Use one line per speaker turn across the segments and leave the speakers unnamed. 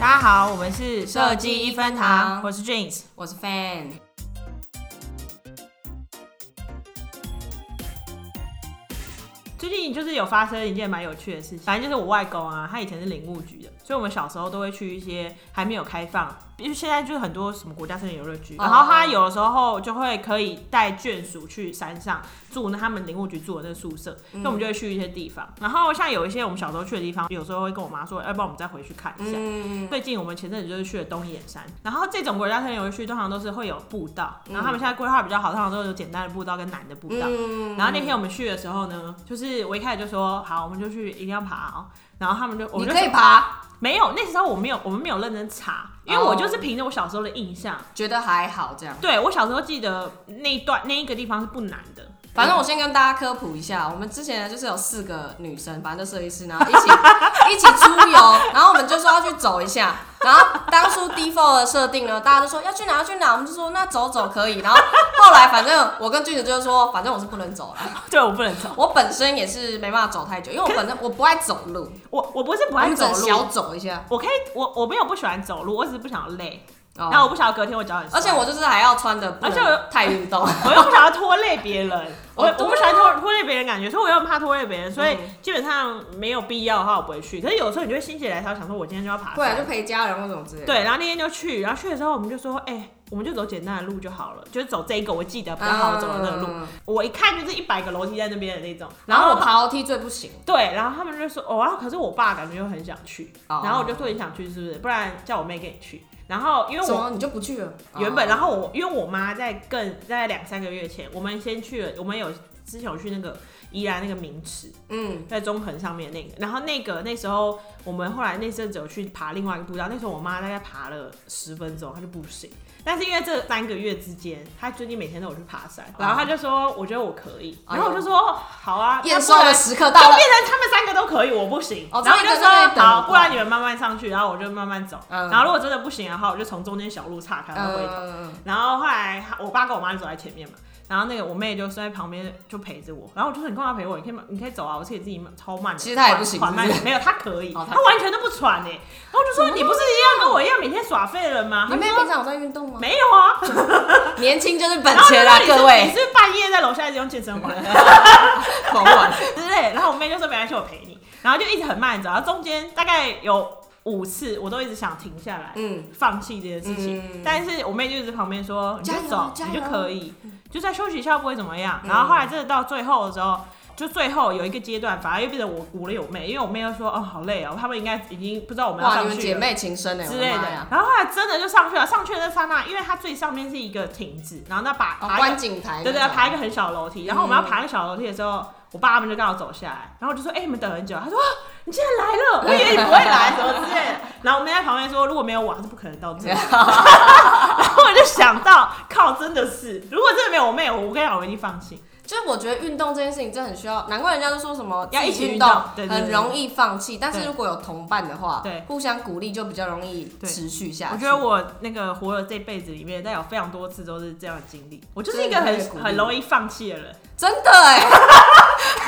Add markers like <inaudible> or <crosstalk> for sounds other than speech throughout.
好，我们是
设计一分堂
我是 James。
我是 Fan。
最近就是有发生一件蛮有趣的事情，反正就是我外公啊，他以前是林务局的，所以我们小时候都会去一些还没有开放，因为现在就是很多什么国家森林游乐区，
哦
然后他有的时候就会可以带眷属去山上住那他们林务局住的那个宿舍，所
嗯
以我们就会去一些地方。然后像有一些我们小时候去的地方，有时候会跟我妈说，要不然我们再回去看一下。
嗯，
最近我们前阵子就是去了东眼山，然后这种国家森林游乐区通常都是会有步道，
嗯
然后他们现在规划比较好，通常都有简单的步道跟难的步道。然后那天我们去的时候呢，就是我一开始就说好，我们就去一定要爬、哦，然后他们就我
你
们就
可以
说
爬，
没有，那时候我没有我们没有认真查，因为
哦
我就是凭着我小时候的印象，
觉得还好这样。
对我小时候记得那一段那一个地方是不难
<laughs>
的，
反正我先跟大家科普一下，我们之前就是有四个女生，反正就设计师，然后
<laughs>
一起一起出游，然后我们就说要去走一下。然后当初 default 的设定呢，大家都说要去哪要去哪，我们就说那走走可以。然后后来反正我跟俊子就是说，反正我是不能走了，
对我不能走，
我本身也是没办法走太久，因为我
<laughs>
本身我不爱走路，
我我不是不
我
爱
们只
走
能小
路，
走一下。
我可以我我没有不喜欢走路，我只是不想要累，
哦
然后我不想要隔天我脚很酸，
而且我就是还要穿的，
而且我
太运动。
我又不想要拖累别人，我
哦
我不喜欢
对啊
拖拖累别人的感觉，所以我又很怕拖累别人，所以
嗯
基本上没有必要的话我不会去。可是有时候你就会心血来潮，想说我今天就要爬
对啊，就
山，
陪家人或什么之类的。
对，然后那天就去，然后去的时候我们就说，哎、我们就走简单的路就好了，就是走这一个我记得比较好走的那个路。
嗯哦
我一看就是一百个楼梯在那边的那种，然
然后
后
我
我爬
爬楼梯最不行，
对，然后他们就说，哦，然后可是我爸感觉又很想去，
哦
然后我就说你想去是不是？不然叫我妹跟你去。然后因为
什
我
么你就不去了？
原本，
哦
然后我因为我妈在更在两三个月前，我们先去了，我们有之前有去那个宜兰那个名池，
嗯，
在中横上面那个，然后那个那时候我们后来那阵子有去爬另外一个步道，那时候我妈大概爬了十分钟，她就不行。但是因为这三个月之间，她最近每天都有去爬
啊
山，然后她就说我觉得我可以，
哎
然
呦
后我就说好啊，
验
那
收
不
的
然
时刻
就
到了
变。成他们三个都可以，我不行。
哦
然后我就
这样一个就
说
可以
好，
等
不然你们慢慢上去，然后我就慢慢走。
嗯
然后如果真的不行的话，我就从中间小路岔开，然后回头。
嗯，
然后后来我爸跟我妈就走在前面嘛，然后那个我妹就在旁边就陪着我，然后我就说你干嘛陪我？你可以你可以走啊，我可以自己慢超慢的。
其实她也不行
缓慢
是不
没有她可以，她
哦她
完全都不喘哎、然后我就说你不是一样跟我一样每天耍废了吗？
你
她
妹
说
平常有在运动吗？
没有啊，
年轻就是本
然后
钱
我
啦，
就说你是你
各位，
是半夜在楼下一直用健身环
狂玩。
之类，然后我妹就说没关系，我陪你，然后就一直很慢地走，然后中间大概有五次我都一直想停下来，
<laughs> 嗯，
放弃这件事情。
嗯
但是我妹就一直旁边说：“你
加油啊
就走，
加
你
油
就可以，就再休息一下不会怎么样。”
嗯
然后后来真的到最后的时候。就最后有一个阶段，反而又变成我鼓励我妹，因为我妹又说：“哦，好累哦，他们应该已经不知道我们要
哇，你
上
们
去
姐
了
妹情深哎，
之类
我
的
妈。”呀。
然后后来真的就上去了，上去的那刹那，因为它最上面是一个亭子，然后那把爬
哦，
一个
观景台那
对
种，
对，要爬一个很小的楼梯。然后我们要
嗯
爬那个小楼梯的时候，我爸他们就刚好走下来，然后我就说：“哎、你们等很久。”他说：“啊，你竟然来了，我以为你不会来，什么之类的。” <laughs> 然后我们在旁边说：“如果没有我，是不可能到
<laughs>
这。”然后我就想到，靠，真的是，如果真的没有我妹，我跟你讲，我一定放弃。
就是我觉得运动这件事情真的很需要，难怪人家都说什么
要一
自
起
己
运
运
动
动
对对对
很容易放弃，但是
对
如果有同伴的话，
对
互相鼓励就比较容易
对
持续下去。
我觉得我那个活了这辈子里面，但有非常多次都是这样的经历。我就是一个
真的
很
会鼓励
很容易放弃的人，
真的哎、 <laughs>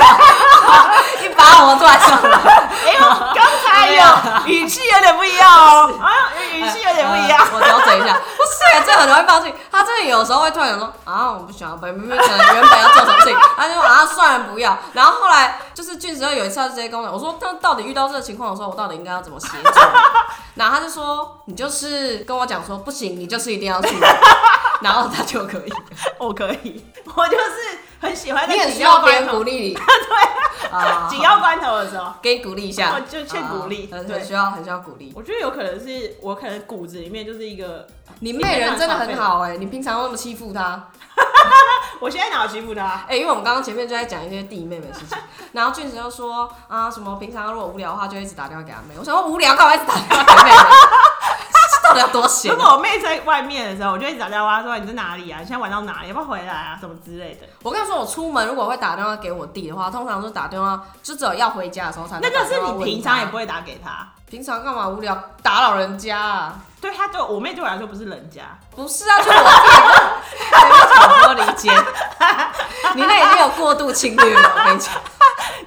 一把我突然想到，
哎呦，刚才有
<laughs>
语气有点不一样哦，啊，语气有点不一样。
呃我调整一下。不是、欸，这很容易放弃。他真的有时候会突然想说啊，我不喜欢，本明明可能原本要做什
<laughs>
么事情，他就说啊，算了，不要。然后后来就是俊子有一次他就直接跟我讲，我说那到底遇到这个情况的时候，我到底应该要怎么协
<laughs>
助？然后他就说你就是跟我讲说不行，你就是一定要去，
<laughs>
然后他就可以。
我哦可以， <laughs> 我就是很喜欢在
你很
紧
需
要
要别
关
人
头
鼓，励
<laughs>
你，对啊
紧要关头的时候，
给你鼓励一下，
我就欠鼓励
啊很
对
很需要很需要鼓励。
我觉得有可能是我可能骨子里面就是一个，
你妹人真的很好哎、你平常都那么欺负她
我现在哪有欺负他？
哎、因为我们刚刚前面就在讲一些弟妹妹的事
<laughs>
情，然后俊子就说啊什么平常如果无聊的话就一直打电话给她妹，我想说无聊干嘛一直打电话给妹 <laughs> 妹，这到底有多闲
如
啊、
果我妹在外面的时候，我就一直打电话说你在哪里啊？你现在玩到哪里？要不要回来啊？什么之类的。
我跟你说，我出门如果会打电话给我弟的话，通常都打电话就只有要回家的时候才
那
会打
个
电
是
话问他。
你平常也不会打给他，
平常干嘛无聊打扰人
<laughs>
家啊？
对他对我妹对我来说不是人家，
不是啊，就我弟，我不理解。你那已经有过度侵略了，我跟你讲。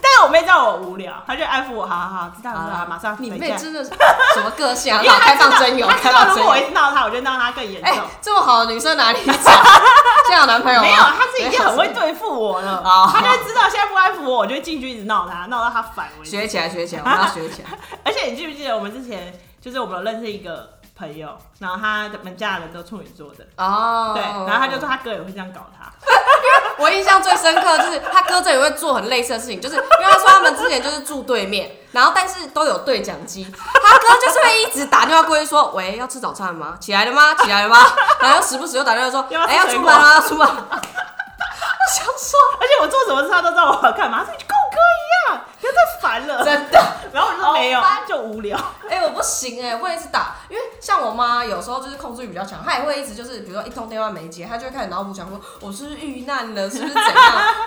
但道我妹知道我无聊，她就安抚我，好好好，知道
好
知
啦
啊道，马上
啊你
等一
妹
下。
真的是什么个性啊？
<laughs> 因为
好
她
开
知道
放真友，
她知
开
道
放
如
真
果我
友。
一直闹她，我就闹她更严
哎、
重。
这么好的女生哪里找？ <laughs> 现在有男朋友吗？
没有，她自己已经很会对付我了，
哦
她就会知道现在不安抚我，我就会进去一直闹她，闹到她烦为止。
学起来，学起来，我们要学起来。
<laughs> 而且你记不记得我们之前就是我们有认识一个朋友，然后他们家人都处女座的，
哦，
对，然后他就说他哥也会这样搞他，
我印象最深刻就是他哥这里会做很类似的事情，就是因为他说他们之前就是住对面，然后但是都有对讲机，他哥就是会一直打电话过去说：“喂，要吃早餐吗？起来了吗？起来了吗？”然后时不时又打电话说：“
要不
哎、
要
要
吃
出
水
门
果
了，要出门了。”我想说，
而且我做什么事他都知道我要干嘛，他说你就跟我哥一样，不要再烦了。
真的，
然后我就说没有
好烦，
就无聊。
哎、我不行哎、我也是打，因为像我妈有时候就是控制欲比较强，她也会一直就是，比如说一通电话没接，她就会开始脑补想说我是不是遇难了，是不是怎
<laughs>
样，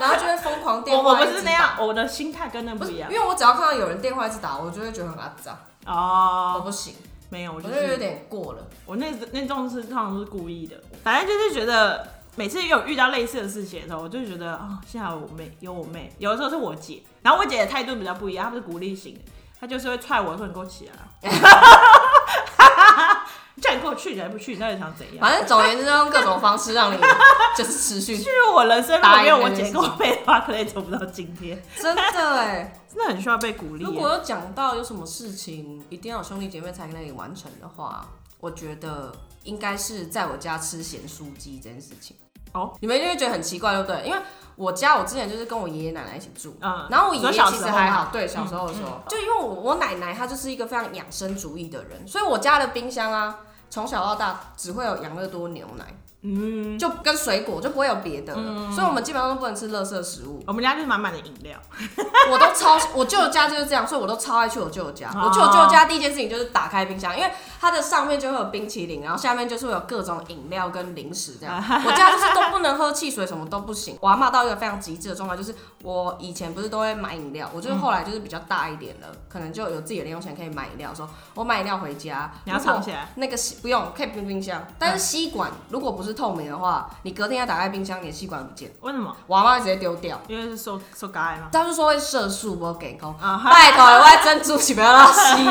然后就会疯狂电
我
话
我不
一直
是那样，我的心态跟那
打，不
不
是，
一
因
样。
为我只要看到有人电话一直打，我就会觉得很阿杂，我
哦，
不行，
没有，我
我
就
觉得有
是
点过了。
我那那种是通常都是故意的，反正就是觉得每次有遇到类似的事情的时候，我就觉得啊、幸好我妹有我妹，有的时候是我姐，然后我姐的态度比较不一样，她不是鼓励型的，她就是会踹我说你给我起来啊， <laughs> 叫你给我去，你还不去，你到底想怎样？
反正总而言之，用各种方式让你 <laughs> 就是持
<laughs>
续，
就是我人生如果没有我姐跟我妹的话，可能也走不到今天，
真的哎。
真的很需要被鼓励耶。
如果有讲到有什么事情一定要有兄弟姐妹才可以完成的话，我觉得应该是在我家吃咸酥鸡这件事情。
哦，
你们一定会觉得很奇怪，对不对？因为我家我之前就是跟我爷爷奶奶一起住，
嗯
然后我爷爷
你说小
其
时
实
候嗯
还
吗
好，对，小时候的时候，就因为我我奶奶她就是一个非常养生主义的人，所以我家的冰箱啊，从小到大只会有养乐多牛奶，
嗯，。
就跟水果就不会有别的了，所以我们基本上都不能吃垃圾食物
我们家就是满满的饮料，
<laughs> 我都超我舅舅家就是这样，所以我都超爱去我舅舅家。
哦
我去我舅舅家第一件事情就是打开冰箱，因为它的上面就会有冰淇淋，然后下面就是会有各种饮料跟零食这样。
啊
我家就是都不能喝汽水，什么都不行。我阿妈到一个非常极致的状态，就是我以前不是都会买饮料，我就是后来就是比较大一点了，
嗯
可能就有自己的零用钱可以买饮料的时候，我买饮料回家，
你要
如果
藏起来。
那个吸不用，可以冰冰箱，但是吸管如果不是透明的话，你隔天要打开冰箱，你的吸管不见了，
为什么？
我阿妈直接丢掉。
因为是受受感染吗？
他就说会射速，不给工。
啊哈
拜托，我要珍珠是不
<laughs>
要拉吸。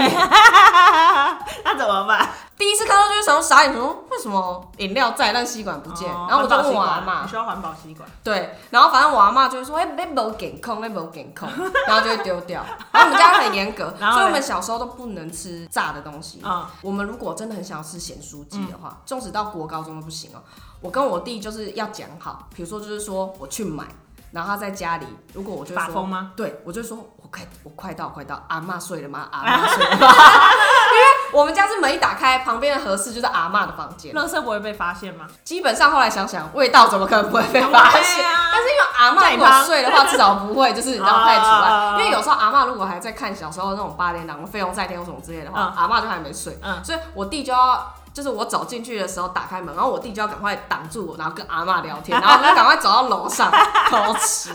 那怎么办？
第一次看到就是想说傻眼，想说为什么饮料在，但吸管不见？
哦
然后我就问我阿
环保吸管
妈
你，需要环保吸管。
对，然后反正我阿妈就会说，哎、欸，没给空，哎，没给空，然后就会丢
<laughs>
掉。然后我们家很严格，
然后嘞
所以我们小时候都不能吃炸的东西。
嗯，
我们如果真的很想要吃咸酥鸡的话，纵使到国高中都不行哦、我跟我弟就是要讲好，比如说就是说我去买，然后他在家里，如果我就会
发
说
疯，吗？
对我就说我快我快到快到，阿嬷睡了吗？阿
<laughs>
嬷睡了吗？ <laughs> 因为我们家是门一打开，旁边的和室就是阿嬷的房间，
垃圾不会被发现吗？ <laughs>
基本上后来想想，味道怎么可能不会被发现？
对啊
但是因为阿嬷如果睡的话，至少不会就是然后太除
啊
外。因为有时候阿嬷如果还在看小时候那种八点档、费用在天或什么之类的话，阿嬷就还没睡，
嗯
所以我弟就要。就是我走进去的时候打开门，然后我弟就要赶快挡住我，然后跟阿嬷聊
<laughs>
天，然后我就赶快走到楼上偷吃，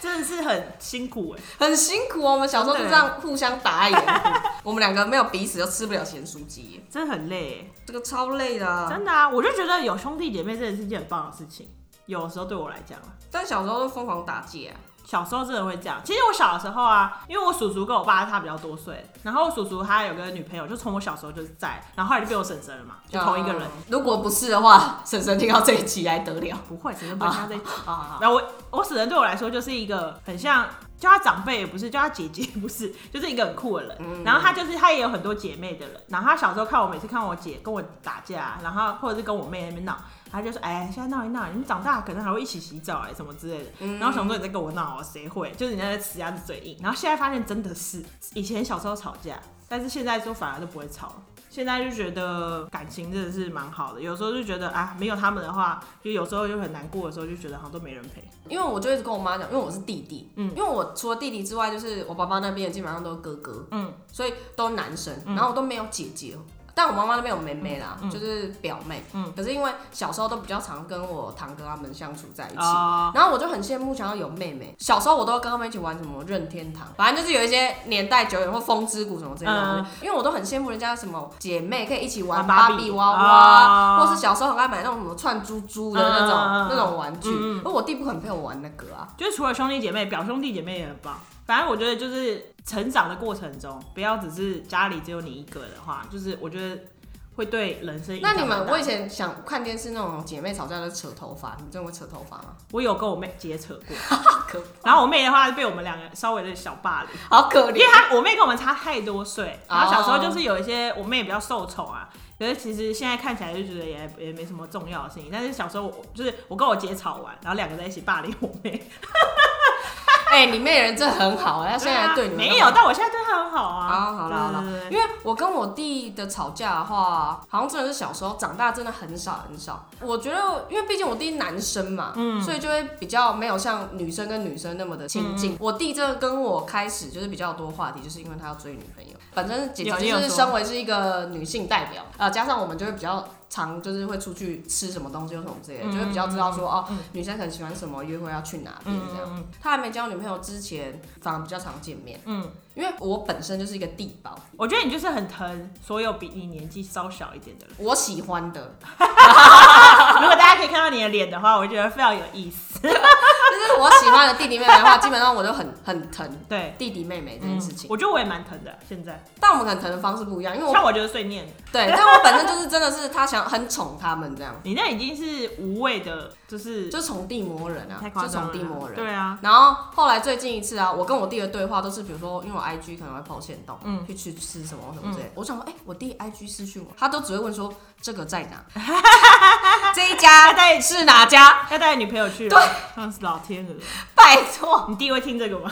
真的是很辛苦哎、
很辛苦哦。我们小时候就这样互相打掩
<laughs>
护，我们两个没有彼此就吃不了咸酥鸡，
真的很累
这个超累的
哎、
啊。
真的啊！我就觉得有兄弟姐妹真的是一件很棒的事情。有时候对我来讲啊，
但小时候都疯狂打架、啊，
小时候真的会这样。其实我小的时候啊，因为我叔叔跟我爸差比较多岁，然后我叔叔他有个女朋友，就从我小时候就是在，然后后来就被我婶婶了嘛，就同一个人。
嗯如果不是的话，婶婶听到这一集来得了
不会，只是不会像这一
啊！
然后我我婶婶对我来说就是一个很像叫她长辈也不是，叫她姐姐也不是，就是一个很酷的人。
嗯
然后她就是她也有很多姐妹的人。然后她小时候看我每次看我姐跟我打架，然后或者是跟我妹那边闹，她就说：“哎，现在闹一闹，你们长大可能还会一起洗澡哎、什么之类的。”
嗯
然后想说你在跟我闹、啊，谁会？就是人家在死鸭子嘴硬。然后现在发现真的是，以前小时候吵架，但是现在就反而都不会吵了。现在就觉得感情真的是蛮好的，有时候就觉得啊，没有他们的话，就有时候就很难过的时候，就觉得好像都没人陪。
因为我就一直跟我妈讲，因为我是弟弟，嗯，因为我除了弟弟之外，就是我爸爸那边基本上都是哥哥，
嗯
嗯，所以都是男生，然后我都没有姐姐。但我妈妈那边有妹妹啦，就是表妹。嗯，可是因为小时候都比较常跟我堂哥他们相处在一起，
哦
然后我就很羡慕想要有妹妹。小时候我都跟他们一起玩什么任天堂，反正就是有一些年代久远或风之谷什么这些东西。因为我都很羡慕人家什么姐妹可以一起玩
嗯玩芭
芭
比
比娃娃，
哦
或是小时候很爱买那种什么串珠珠的那种、
嗯嗯嗯嗯
那种玩具。我过我弟不肯陪我玩那个啊。
就是除了兄弟姐妹，表兄弟姐妹也很棒。反正我觉得就是成长的过程中，不要只是家里只有你一个的话，就是我觉得会对人生影
那
响
你
蛮
们，
大
我以前想看电视那种姐妹吵架都扯头发，你们真的会扯头发吗？
我有跟我妹姐扯过，
可
然后我妹的话被我们两个稍微的小霸凌，
好可
因为
怜，
她我妹跟我们差太多岁，然后小时候
哦
就是有一些我妹比较受宠啊，可是其实现在看起来就觉得也也没什么重要的事情，但是小时候我就是我跟我姐吵完，然后两个在一起霸凌我妹，
哎、你妹人真的很好，啊她现在还对你们
啊没有，但我现在对她很好啊，
啊，好啦好啦
对对对，
因为我跟我弟的吵架的话，好像真的是小时候，长大真的很少很少。我觉得，因为毕竟我弟男生嘛，
嗯
所以就会比较没有像女生跟女生那么的亲
嗯
近。我弟这跟我开始就是比较多话题，就是因为他要追女朋友。反正姐
有
姐
你有
就是
说
身为是一个女性代表，呃，加上我们就会比较。常就是会出去吃什么东西或什么之类
嗯
的，就会比较知道说哦，女生可能喜欢什么，约会要去哪边
嗯
这样。他还没交女朋友之前，反而比较常见面。
嗯
因为我本身就是一个地包，
我觉得你就是很疼所有比你年纪稍小一点的人。 <laughs>
我喜欢的，
如果大家可以看到你的脸的话，我觉得非常有意思。
就是我喜欢的弟弟妹妹的话，基本上我就很很疼
对，嗯
弟弟妹妹这件事情。哦
我觉得我也蛮疼的。现在，
但我们可能疼的方式不一样，因为我
像我就是碎念，
对，但我本身就是真的是他想很宠他们这样，
你那已经是无谓的，就是
就宠地魔人啊
太，
就
夸张
宠
了。
地魔人。
对啊，
然后后来最近一次啊，我跟我弟的对话都是，比如说，因为我 IG 可能会抛线动，嗯，去去吃什么什么之类
嗯
的。我想说，哎、我弟 IG 私讯我，他都只会问说这个在
<laughs>
哪，这一家
带
是哪家？
要带女朋友去了，像是老天鹅。
拜托，
你弟会听这个吗？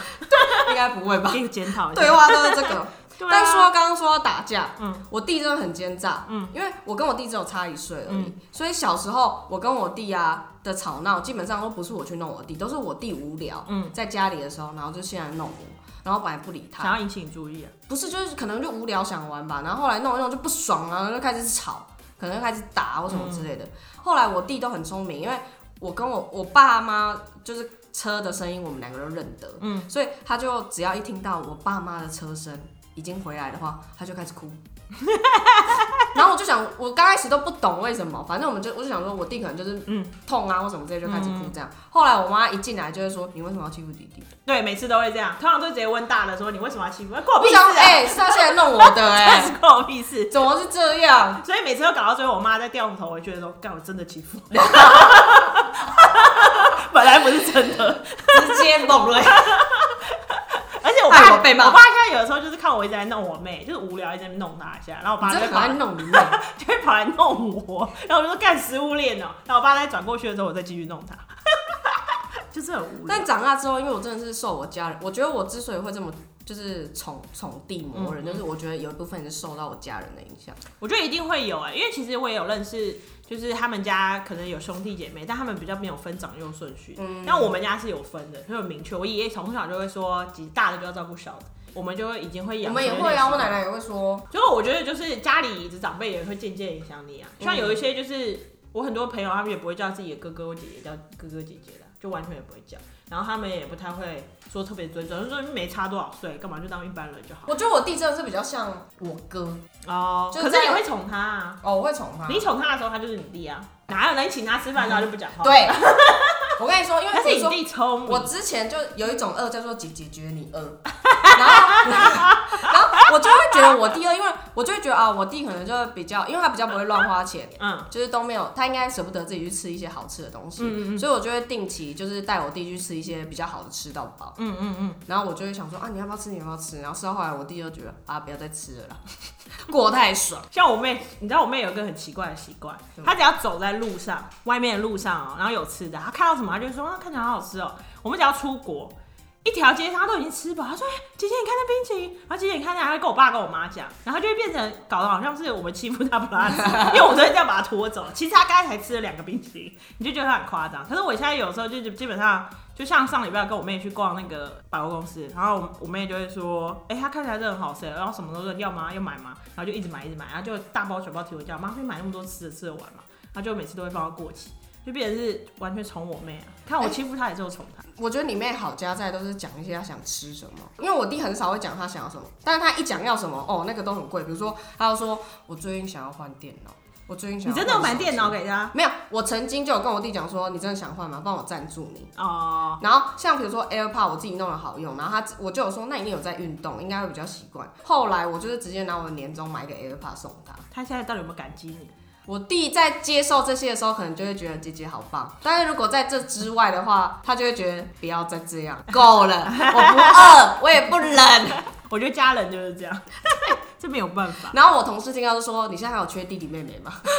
应该不会吧？
<laughs> 可以检讨一下。
对话都是这个。
对啊，
但说到刚刚说到打架，
嗯
我弟真的很奸诈，嗯，因为我跟我弟只有差一岁而已，
嗯
所以小时候我跟我弟啊的吵闹，基本上都不是我去弄我弟，都是我弟无聊，嗯，在家里的时候，然后就先来弄我，然后本来不理他，
想要引起你注意啊，
不是就是可能就无聊想玩吧，然后后来弄一弄就不爽啊，然后就开始吵，可能就开始打或什么之类的。后来我弟都很聪明，因为我跟我我爸妈就是车的声音，我们两个都认得，嗯，所以他就只要一听到我爸妈的车声已经回来的话，他就开始哭。 <laughs> 然后我就想，我刚开始都不懂为什么，反正我们就我就想说，我弟可能就是嗯痛啊或什么之类就开始哭这样。后来我妈一进来就会说，你为什么要欺负弟弟？
对，每次都会这样，通常都直接问大的说你为什么要欺负我？关我
我不
屁事
想
啊！
哎、是他现在弄我的哎、
<laughs> 但是关我屁事。啊
怎么是这样？
所以每次都搞到最后，我妈在掉头回去的时候，干我真的欺负你， <laughs> 本来不是真的。
直接猛
<laughs>
了，
而且我
哎
爸，
我被骂
我爸现在有的时候就是看我一直在弄我妹，就是无聊一直在弄她一下，然后我爸
你
就
真
会跑
的很爱
来，
弄你妹。
就会跑来弄我，然后我就说干食物链哦、然后我爸再转过去的时候，我再继续弄他， <laughs> 就是很无聊。
但长大之后，因为我真的是受我家人，我觉得我之所以会这么就是宠宠弟魔
嗯
人，就是我觉得有一部分也是受到我家人的影响。
我觉得一定会有哎、因为其实我也有认识，就是他们家可能有兄弟姐妹，但他们比较没有分长幼顺序。嗯，但我们家是有分的，很有明确。我爷爷从小就会说，几大的就要照顾小的，我们就会已经会
我
养成
们
有
也
点习惯。
会啊，我奶奶也会说，
所以我觉得就是家里的长辈也会渐渐影响你啊。像有一些就是我很多朋友，他们也不会叫自己的哥哥或姐姐叫哥哥姐姐的，就完全也不会叫。然后他们也不太会说特别尊重，就说没差多少岁，干嘛就当一般人就好。
我觉得我弟真的是比较像我哥
哦，
就是
可是你会宠他啊，
哦，我会宠他。
你宠他的时候，他就是你弟啊，哪有能请他吃饭然后就不讲话？，
对， <laughs> 我跟你说，因为
但是
比如
你
说
弟聪
我
明，
之前就有一种饿叫做姐姐觉得你饿，然后然后我就会觉得我弟饿，因为我就会觉得啊，我弟可能就比较，因为他比较不会乱花钱，
嗯，
就是都没有，他应该舍不得自己去吃一些好吃的东西，
嗯
所以我就会定期就是带我弟去吃一些比较好的吃到饱，嗯嗯嗯，然后我就会想说啊，你要不要吃，你要不要吃，然后吃到后来我弟就觉得啊，不要再吃了啦， <laughs> 过得太爽，
像我妹，你知道我妹有一个很奇怪的习惯，她只要走在路上，外面的路上哦、然后有吃的，她看到什么，她就会说啊，看起来好好吃哦、我们只要出国，一条街上她都已经吃饱，她说、哎，姐姐你看那冰淇淋，啊然后姐姐你看那，她会跟我爸跟我妈讲，然后就会变成搞得好像是我们欺负她不拉吃，因为我们都会这样把她拖走。其实她刚才才吃了两个冰淇淋，你就觉得她很夸张。可是我现在有时候就是基本上。就像上礼拜跟我妹去逛那个百货公司，然后我我妹就会说，哎、她看起来真的很好吃，然后什么都说要吗？要买吗？然后就一直买一直买，然后就大包小包提回家，妈可以买那么多吃的吃得完嘛？然后就每次都会帮她过期，就变成是完全宠我妹啊，看我欺负她也是有宠她，
我觉得里面好家在都是讲一些他想吃什么，因为我弟很少会讲他想要什么，但是他一讲要什么，哦，那个都很贵。比如说，他要说我最近想要换电脑，我最近想
你
要
真的有
换
买
手
电脑
机？
给他？
没有，我曾经就有跟我弟讲说，你真的想换吗？帮我赞助你。
哦，
然后像比如说 AirPod，我自己弄的好用，然后他我就有说，那一定有在运动，应该会比较习惯。后来我就是直接拿我的年终买一个 AirPod 送他。
他现在到底有没有感激你？
我弟在接受这些的时候，可能就会觉得姐姐好棒，但是如果在这之外的话，他就会觉得不要再这样，够了，我不饿，我也不冷。
我觉得家人就是这样， <laughs> 这没有办法。
然后我同事听到就说：“你现在还有缺弟弟妹妹吗？” <laughs>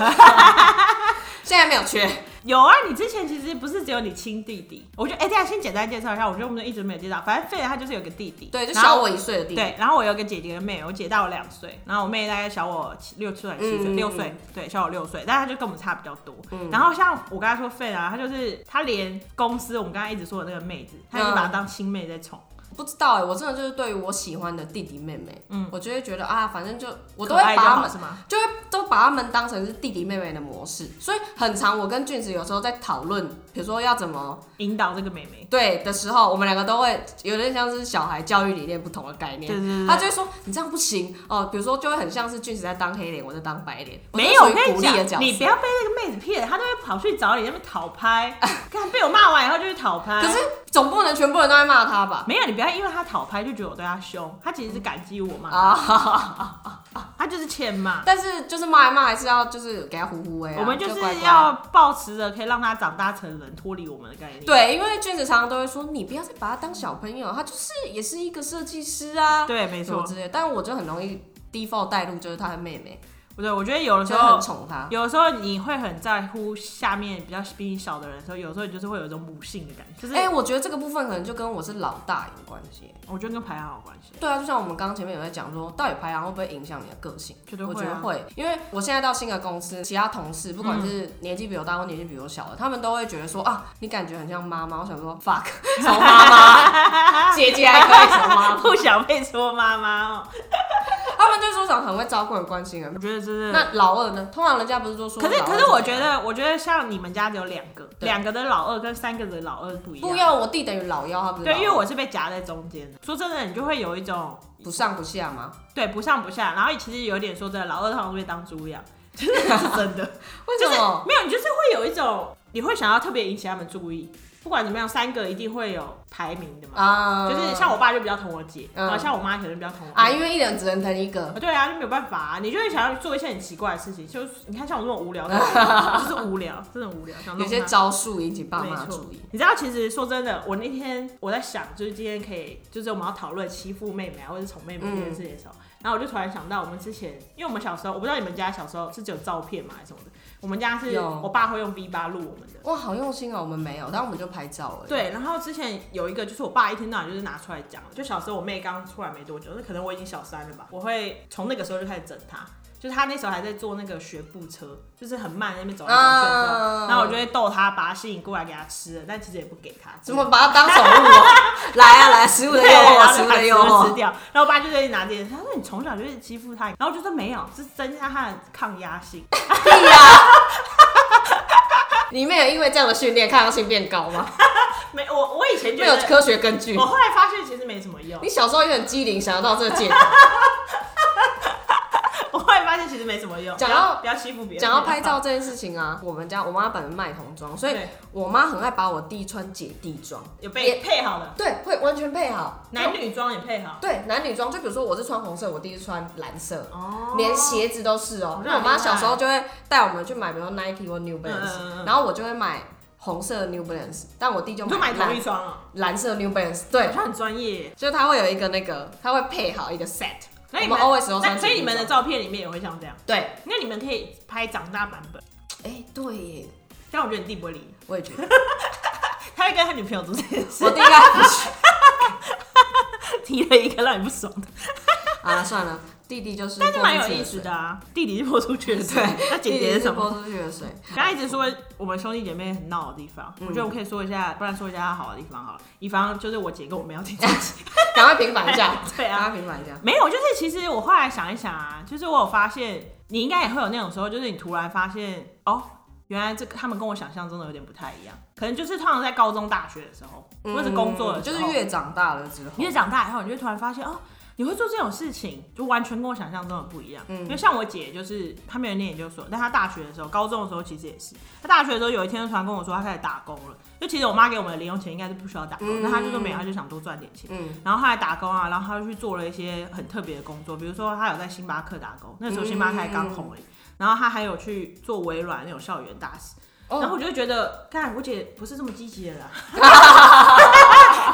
现在没有缺，
有啊，你之前其实不是只有你亲弟弟，我觉得哎，大、下先简单介绍一下，我觉得我们一直没有介绍，反正费他就是有个弟弟，
对，就
然后
小我一岁的弟弟。
对，然后我有个姐姐跟妹，我姐大我两岁，然后我妹大概小我七六岁、七岁、
嗯
六岁，对，小我六岁，但她就跟我们差比较多。然后像我刚才说费啊，她就是她连公司我们刚才一直说的那个妹子，她
嗯
就把她当亲妹在宠，
不知道哎、我真的就是对于我喜欢的弟弟妹妹，
嗯
我就会觉得啊，反正就我
我
都会把他们
是吗？
就会都把他们当成是弟弟妹妹的模式，所以很常我跟俊子有时候在讨论，比如说要怎么
引导这个妹妹，
对的时候，我们两个都会有点像是小孩教育理念不同的概
对
念。
对对
他
对。
就会说你这样不行哦，比如说就会很像是俊子在当黑脸，我在当白脸，我就
没有，
属
我
于
跟
鼓励
你
的角
讲，
色。
你不要被那个妹子骗，她就会跑去找你那边讨拍，看被我骂完以后就去讨拍。
可是总不能全部人都在骂他吧？
没有，你不要因为她讨拍就觉得我对她凶，她其实是感激我嘛，
啊，
她就是欠骂。
但是就是骂一骂，还是要就是给他呼呼哎、啊，
我们就
就是乖乖
要保持着可以让他长大成人、脱离我们的概念。
对，因为俊子常常都会说你不要再把他当小朋友，他就是也是一个设计师啊，
对，没
什么
错。
之类的。但我就很容易 default 带入，就是他的妹妹，
对，我觉得有
我
的时
就很
候，
宠他。
有的时候你会很在乎下面比较比你小的人的时候，有的时候你就是会有一种母性的感觉，就是、
哎、我觉得这个部分可能就跟我是老大有关系。
我觉得跟排行有关系， <laughs>
对啊，就像我们刚刚前面有在讲说，到底排行会不会影响你的个性？
绝对
我觉
会、
得
啊。
会，因为我现在到新的公司，其他同事不管
嗯
是年纪比我大或年纪比我小的，他们都会觉得说啊，你感觉很像妈妈。我想说
<laughs>
fuck，从妈妈姐姐还可以从妈妈，
不想被说妈妈哦，
他们就说长很会照顾人、关心人
我。觉得真的。
那老二呢？通常人家不是都
嗯
说
可是
老二
可是，我
怎
觉
么样
得我觉得像你们家只有两个，
对
两个的老二跟三个的老二不一样。
不要我弟等于老幺，他不是
对，因为
老
我是被夹在中间的。说真的，你就会有一种
二不上不下嘛。
对，不上不下，然后其实有点说真的，老二通常都被当猪养， <laughs> 真的是真的，
为
就
什
是
么？
没有，你就是会有一种，你会想要特别引起他们注意，不管怎么样，三个一定会有排名的嘛，
啊、
就是像我爸就比较疼我姐，
嗯
然后像我妈可能比较疼我
啊，
妹。
因为一人只能疼一个，
对啊，就没有办法啊，你就会想要做一些很奇怪的事情，就是你看像我这种无
<laughs>
聊的人，就是无聊，真的无聊，想弄
有些
他
招数引起爸妈
啊没
的
错
注意。
你知道，其实说真的，我那天我在想，就是今天可以，就是我们要讨论欺负妹妹啊，或者宠妹妹这件事情的时候，然后我就突然想到，我们之前，因为我们小时候，我不知道你们家小时候是只有照片嘛，还是什么的，我们家是
有
我爸会用 V 八录我们的。
哇，好用心哦、我们没有，但我们就拍照而已。，
对，然后之前有一个就是我爸一天到晚就是拿出来讲，就小时候我妹刚出来没多久，那可能我已经小三了吧，我会从那个时候就开始整她，就是她那时候还在坐那个学步车，就是很慢在那边走来走去的时候，
啊，
然后我就会逗她，把她吸引过来给她吃了，但其实也不给她。
怎么把它当宠物、
<laughs>
哦？来啊来，食物的
对，
诱
然
惑，
后
食
就
物
把
的诱
食物吃
惑。
掉。然后我爸就在那里拿这件事，他说你从小就是欺负他，然后我就说没有，这是增加他的抗压性。 <laughs>
对呀、啊 <laughs> 你们有因为这样的训练抗压性变高吗？
没，我我以前觉
没有
得，
科学根据
我。后来发现其实没什么用
你。小时候也很机灵，想得到这个
<laughs>
借口。
我后来发现其实没什么用。
讲
不要
到
不要欺负别人，
讲到拍照这件事情啊，我们家我妈本人卖童装，所以
对
我妈很爱把我弟穿姐弟装，
有
也
被配好的，
对，会完全配好
男女装也配好。
对男女装，就比如说我是穿红色，我弟是穿蓝色，
哦
连鞋子都是哦、
哦
那我妈小时候就会带我们去买，比如说 Nike 或 New
嗯嗯
Balance，、
嗯
然后我就会买红色的 New Balance，但我弟就
你就买
买
同一
蓝
双啊，
蓝色 New Balance，
好
对，
像很专业。
就是他会有一个那个，他会配好一个 set，
那你
我
们
们 always 都
那
穿
所以你们的
姐弟
照片里面也会像这样，
装对，
那你们可以拍长大版本，
哎、对耶，
但我觉得你弟不会理你，
我也觉得，
他会跟他女朋友做这件事
我，弟应该不是。
<laughs> 提了一个让你不爽的，
啊，算了，弟弟就是
但是
泼
蛮有
出去的
意思
水
的啊。弟弟是泼出去的 <laughs> 水，
对，
那姐姐
弟弟
是
是
什么？
泼出去的水。
刚才一直说我们兄弟姐妹很闹的地方，
嗯
我觉得我们可以说一下，不然说一下他好的地方好了。以防就是我姐跟我妹要听这一 <laughs> 集。
赶快平反一下，
<laughs> 对啊
赶快平反一下。
没有，就是其实我后来想一想啊，就是我有发现，你应该也会有那种时候，就是你突然发现哦，原来这个他们跟我想象中的有点不太一样，可能就是通常嗯在高中、大学的时候，或者是工作的
嗯就
时候，
是越长大了之后，
你越长大以后，你就突然发现哦，你会做这种事情，就完全跟我想象中的不一样。
嗯
因为像我姐，就是她没有念研究所，但她大学的时候，高中的时候其实也是。她大学的时候有一天就突然跟我说，她开始打工了。就其实我妈给我们的零用钱应该是不需要打工，
嗯
但她就说没有，她就想多赚点钱。
嗯，
然后她还打工啊，然后她就去做了一些很特别的工作，比如说她有在星巴克打工，那时候星巴克还刚红而
嗯
已。然后她还有去做微软那种校园大使。
哦
然后我就会觉得，看我姐不是这么积极的
<laughs>
啦。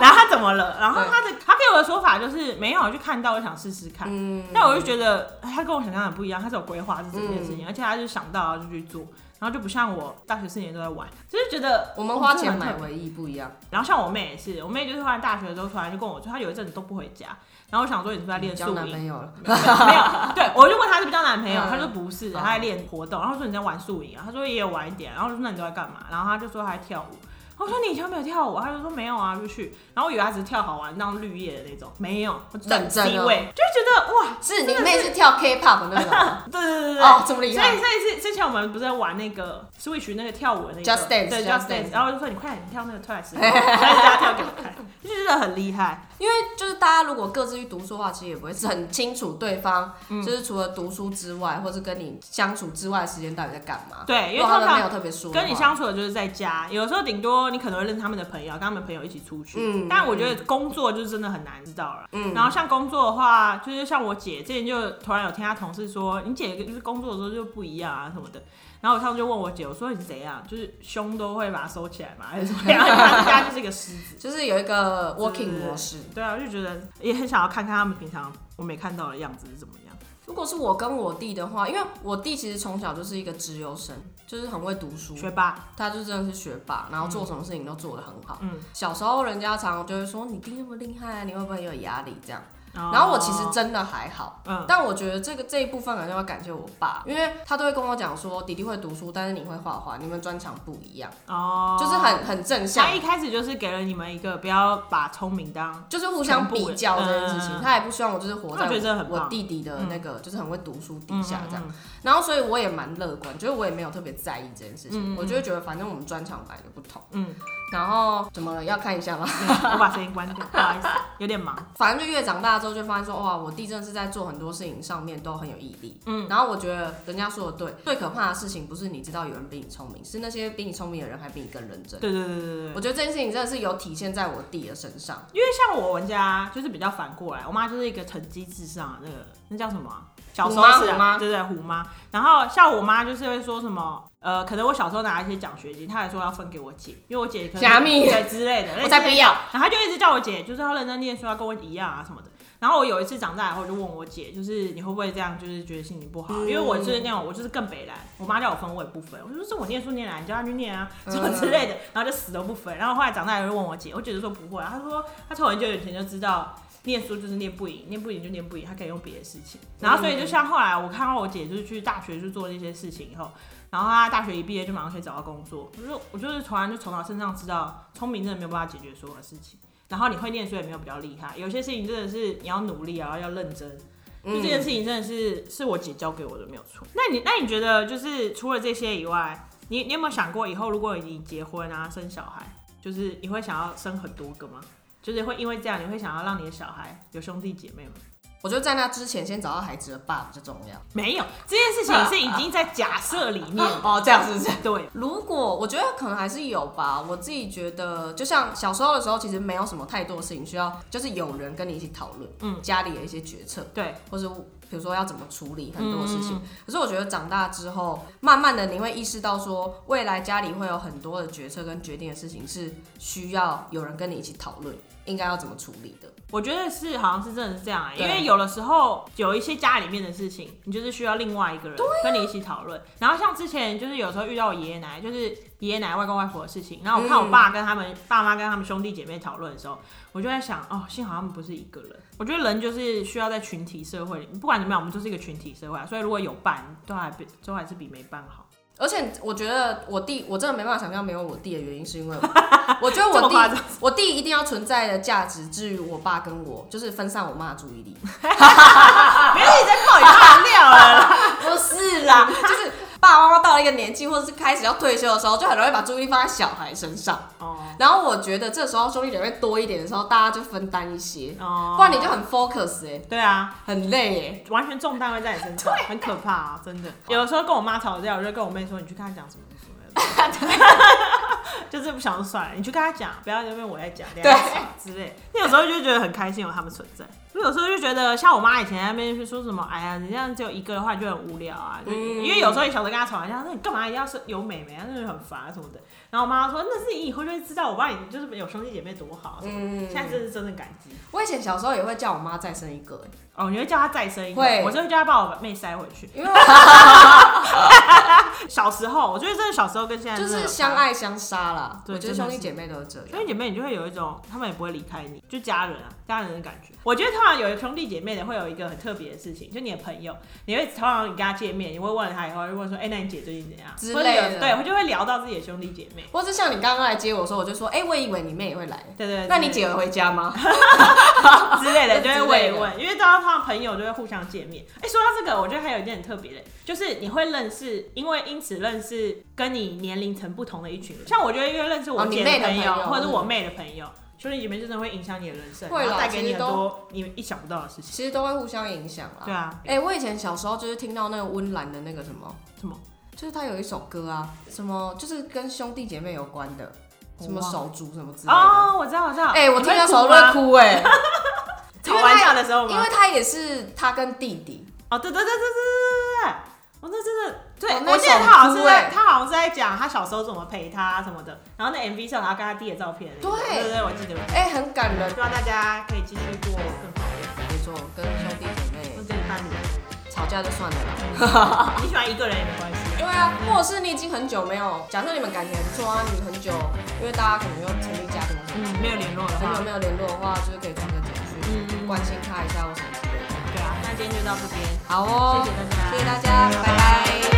然后她怎么了？然后她的她给我的说法就是没有，就看到我想试试看。
嗯，
但我就觉得哎她跟我想象的不一样，她是有规划是这件事情，
嗯
而且她就想到然后就去做，然后就不像我大学四年都在玩，就是觉得
我们花
哦真的
钱
很特
买
别
回忆不一样，
然后像我妹也是，我妹就是突然大学的时候突然就跟我说，她有一阵子都不回家，然后我想说你是不是在练
交
宿
男
营？
朋友了，
<laughs> 没有，对我就问她是不是交男朋友，
嗯
她说不是，
哦
她在练活动，然后我说你在玩宿营啊，她说也有玩一点，然后我就说那你都在干嘛？然后她就说她在跳舞。我说你以前没有跳舞，她就说没有啊，就去。然后我以为她只是跳好玩，当绿叶的那种，没有，我只是
认真哦
C 位，就会觉得哇，
<laughs> 是你妹是跳 K-pop 那种，
对对对对对，
哦，这么厉
所
害
以，所以是之前我们不是在玩那个 Switch 那个跳舞的那个
Just Dance，
对
Just
Just
Dance
Dance，然后我就说你快点你跳那个 Twice，然后大家跳给我看，就觉得很厉害。
<laughs> 因为就是大家如果各自去读书的话，其实也不会是很清楚对方，就是除了读书之外，或是跟你相处之外的时间到底在干嘛。
对，因为
如果他
通
们
常
没有特别说的话，
跟你相处的就是在家，有时候顶多你可能会认识他们的朋友，跟他们朋友一起出去。
嗯
但我觉得工作就是真的很难知道了。
嗯
然后像工作的话，就是像我姐之前就突然有听她同事说，你姐就是工作的时候就不一样啊什么的。然后我上次就问我姐，我说你怎样，就是胸都会把它收起来嘛，还是怎
<laughs>
么样？因为她家就是一个狮子。
就是有一个 working 模式。
对啊，我就觉得也很想要看看他们平常我没看到的样子是怎么样。
如果是我跟我弟的话，因为我弟其实从小就是一个资优生，就是很会读书，
学霸，
他就真的是学霸，然后做什么事情都做得很好。
嗯
小时候人家常常就会说你弟那么厉害，你会不会有压力这样？然后我其实真的还好，
嗯
但我觉得这个这一部分可能要感谢我爸，因为他都会跟我讲说，弟弟会读书，但是你会画画，你们专长不一样，
哦，
就是很很正向
他，一开始就是给了你们一个不要把聪明当
就是互相比较这件事情。
嗯
他也不希望我就是活
那
在
我觉得这很
我
棒
弟弟的那个就是很会读书底下这样。
嗯
然后所以我也蛮乐观，就是我也没有特别在意这件事情，我就会觉得反正我们专长本来就不同。
嗯，
然后怎么了？要看一下吗？
我把声音关掉，不好意思，有点忙。
反正就越长大之后，就发现说，哇，我弟真的是在做很多事情上面都很有毅力。嗯，然后我觉得人家说的对，最可怕的事情不是你知道有人比你聪明，是那些比你聪明的人还比你更认真。
对对对对对
我
对，
觉得这件事情真的是有体现在我弟的身上，
因为像我们家就是比较反过来，我妈就是一个成绩至上的那个，那叫什么啊？小时候是
虎妈
啊，对对，虎妈。然后像我妈就是会说什么，呃，可能我小时候拿一些奖学金，她还说要分给我姐，因为我姐可能
假密
对之类的，
我才不要。
然后他就一直叫我姐，就是要认真念书，要跟我一样啊什么的。然后我有一次长大以后，我就问我姐，就是你会不会这样，就是觉得心情不好？因为我就是那种，我就是更北蓝，我妈叫我分我也不分，我就说是我念书念来，你叫她去念啊，什么之类的，然后就死都不分。然后后来长大以后就问我姐，我姐就说不会、啊，她说她从很久以前就知道。念书就是念不赢，念不赢就念不赢，她可以用别的事情。然后所以就像后来我看到我姐就是去大学去做那些事情以后，然后她大学一毕业就马上可以找到工作。我就我就是从来就从她身上知道，聪明真的没有办法解决所有的事情。然后你会念书也没有比较厉害，有些事情真的是你要努力啊，然后要认真。就
嗯
这件事情真的是是我姐教给我的，没有错。那你那你觉得就是除了这些以外，你你有没有想过以后如果你结婚啊生小孩，就是你会想要生很多个吗？就是会因为这样，你会想要让你的小孩有兄弟姐妹吗？
我觉得在那之前先找到孩子的爸比较重要。
没有，这件事情是已经在假设里面。
<laughs> 哦，这样是不是？
对，
如果我觉得可能还是有吧，我自己觉得，就像小时候的时候，其实没有什么太多的事情需要，就是有人跟你一起讨论，嗯，
嗯
家里的一些决策，
对，
或是比如说要怎么处理很多事情。可是我觉得长大之后，慢慢的你会意识到说，未来家里会有很多的决策跟决定的事情是需要有人跟你一起讨论，应该要怎么处理的。
我觉得是好像是真的是这样、欸，
对
因为有的时候有一些家里面的事情，你就是需要另外一个人跟你一起讨论。然后像之前就是有时候遇到我爷爷奶奶，就是爷爷奶奶、外公外婆的事情，然后我看我爸跟他们、爸妈跟他们兄弟姐妹讨论的时候，我就在想，哦，幸好他们不是一个人。我觉得人就是需要在群体社会里，不管怎么样，我们就是一个群体社会、啊，所以如果有伴，都还比都还是比没伴好。
而且我觉得我弟，我真的没办法想象没有我弟的原因，是因为我我觉
这
得我
么夸
弟
张，
我弟一定要存在的价值，至于我爸跟我，就是分散我妈的注意力。
没有你在爆你爆料了啦，
不是啦，就是。爸爸妈妈到了一个年纪，或者是开始要退休的时候，就很容易把注意力放在小孩身上。
<laughs> 哦
然后我觉得这时候兄弟姐妹多一点的时候，大家就分担一些，
哦，
不然你就很 focus 哎、
对啊，
很累哎、
完全重担会在你身上，很可怕啊，真的。有的时候跟我妈吵架，我就跟我妹说，你去跟她讲什么
<laughs>
什么的，就是不想算了，你去跟她讲，不要因为我在讲，对之类。你有时候就觉得很开心有他们存在，我有时候就觉得像我妈以前在那边说什么，哎呀，你这样只有一个的话就很无聊啊，就
嗯
因为有时候你小时候跟她吵完架，那你干嘛一定要是有妹妹啊，那就很烦啊什么的。然后我妈说，那是你以后就会知道，我爸你就是有兄弟姐妹多好啊什么的。
嗯
现，在真的是真的感激。
我以前小时候也会叫我妈再生一个、欸，
哦，你会叫他再生一个，
会
我就会叫他把我妹塞回去。<laughs>
因为我
小时候，我觉得真的小时候跟现在
就
真的
是
有
相
差，
爱相杀啦。
对
我觉得兄弟姐妹都是这
兄
样。
弟姐妹你就会有一种他们也不会离开你，就家人啊，家人的感觉。我觉得通常有兄弟姐妹的会有一个很特别的事情，就你的朋友，你会通常你跟他见面，你会问他以后，就问说，哎、那你姐最近怎样？
之
或者有
类的
对，我就会聊到自己的兄弟姐妹。
或是像你刚刚来接我的时候，我就说，哎、我以为你妹也会来，
对对对，
那你姐有回家吗？
<laughs> 之类的，
之
就会
类的
慰问，因为大家他朋友就会互相见面。哎、说到这个，我觉得还有一件很特别的，就是你会认识，因为因此认识跟你年龄层不同的一群人。像我觉得，因为认识我
哦你
姐
妹的
朋友，
朋友
或者是我妹的朋友，兄弟姐妹真的会影响你的人生，
会啦
然后带给
其
你
实
很
都
多你意想不到的事情。
<laughs> 其实都会互相影响啦。
对啊，
哎、我以前小时候就是听到那个温岚的那个什么
什么，
就是他有一首歌啊，什么就是跟兄弟姐妹有关的，什么
我忘了
手足什么之类的。
哦，我知道，我知道。
哎、我听到
到
时候会哭哎、 <laughs>
吵完架的时候
因
吗
为？他也是他跟弟弟，
哦，对对对对对对对对。我那真的，对、
哦那
我记得
首
他好像是
哭
在，
哎
他好像是在讲他小时候怎么陪他什么的，然后那 MV 上他跟他弟的照片，
对
对对对，我记得，我记得
哎、很感人
希。望大家可以继续过更好的日子，
没错，跟兄弟姐
或
妹
者伴侣，
吵架就算了啦。
哦你喜欢一个人也没关系。
对啊，或者是你已经很久没有，假设你们感情还不错啊，你很久，因为大家可能又成立家庭什
嗯，
么的，
没有联络的
很
话
久，没有联络的话，就是可以传个简
嗯
讯，
嗯
关心他一下或什么之类的。
对啊，那今天就到这边，
好哦，
谢谢大家
谢谢大家，拜拜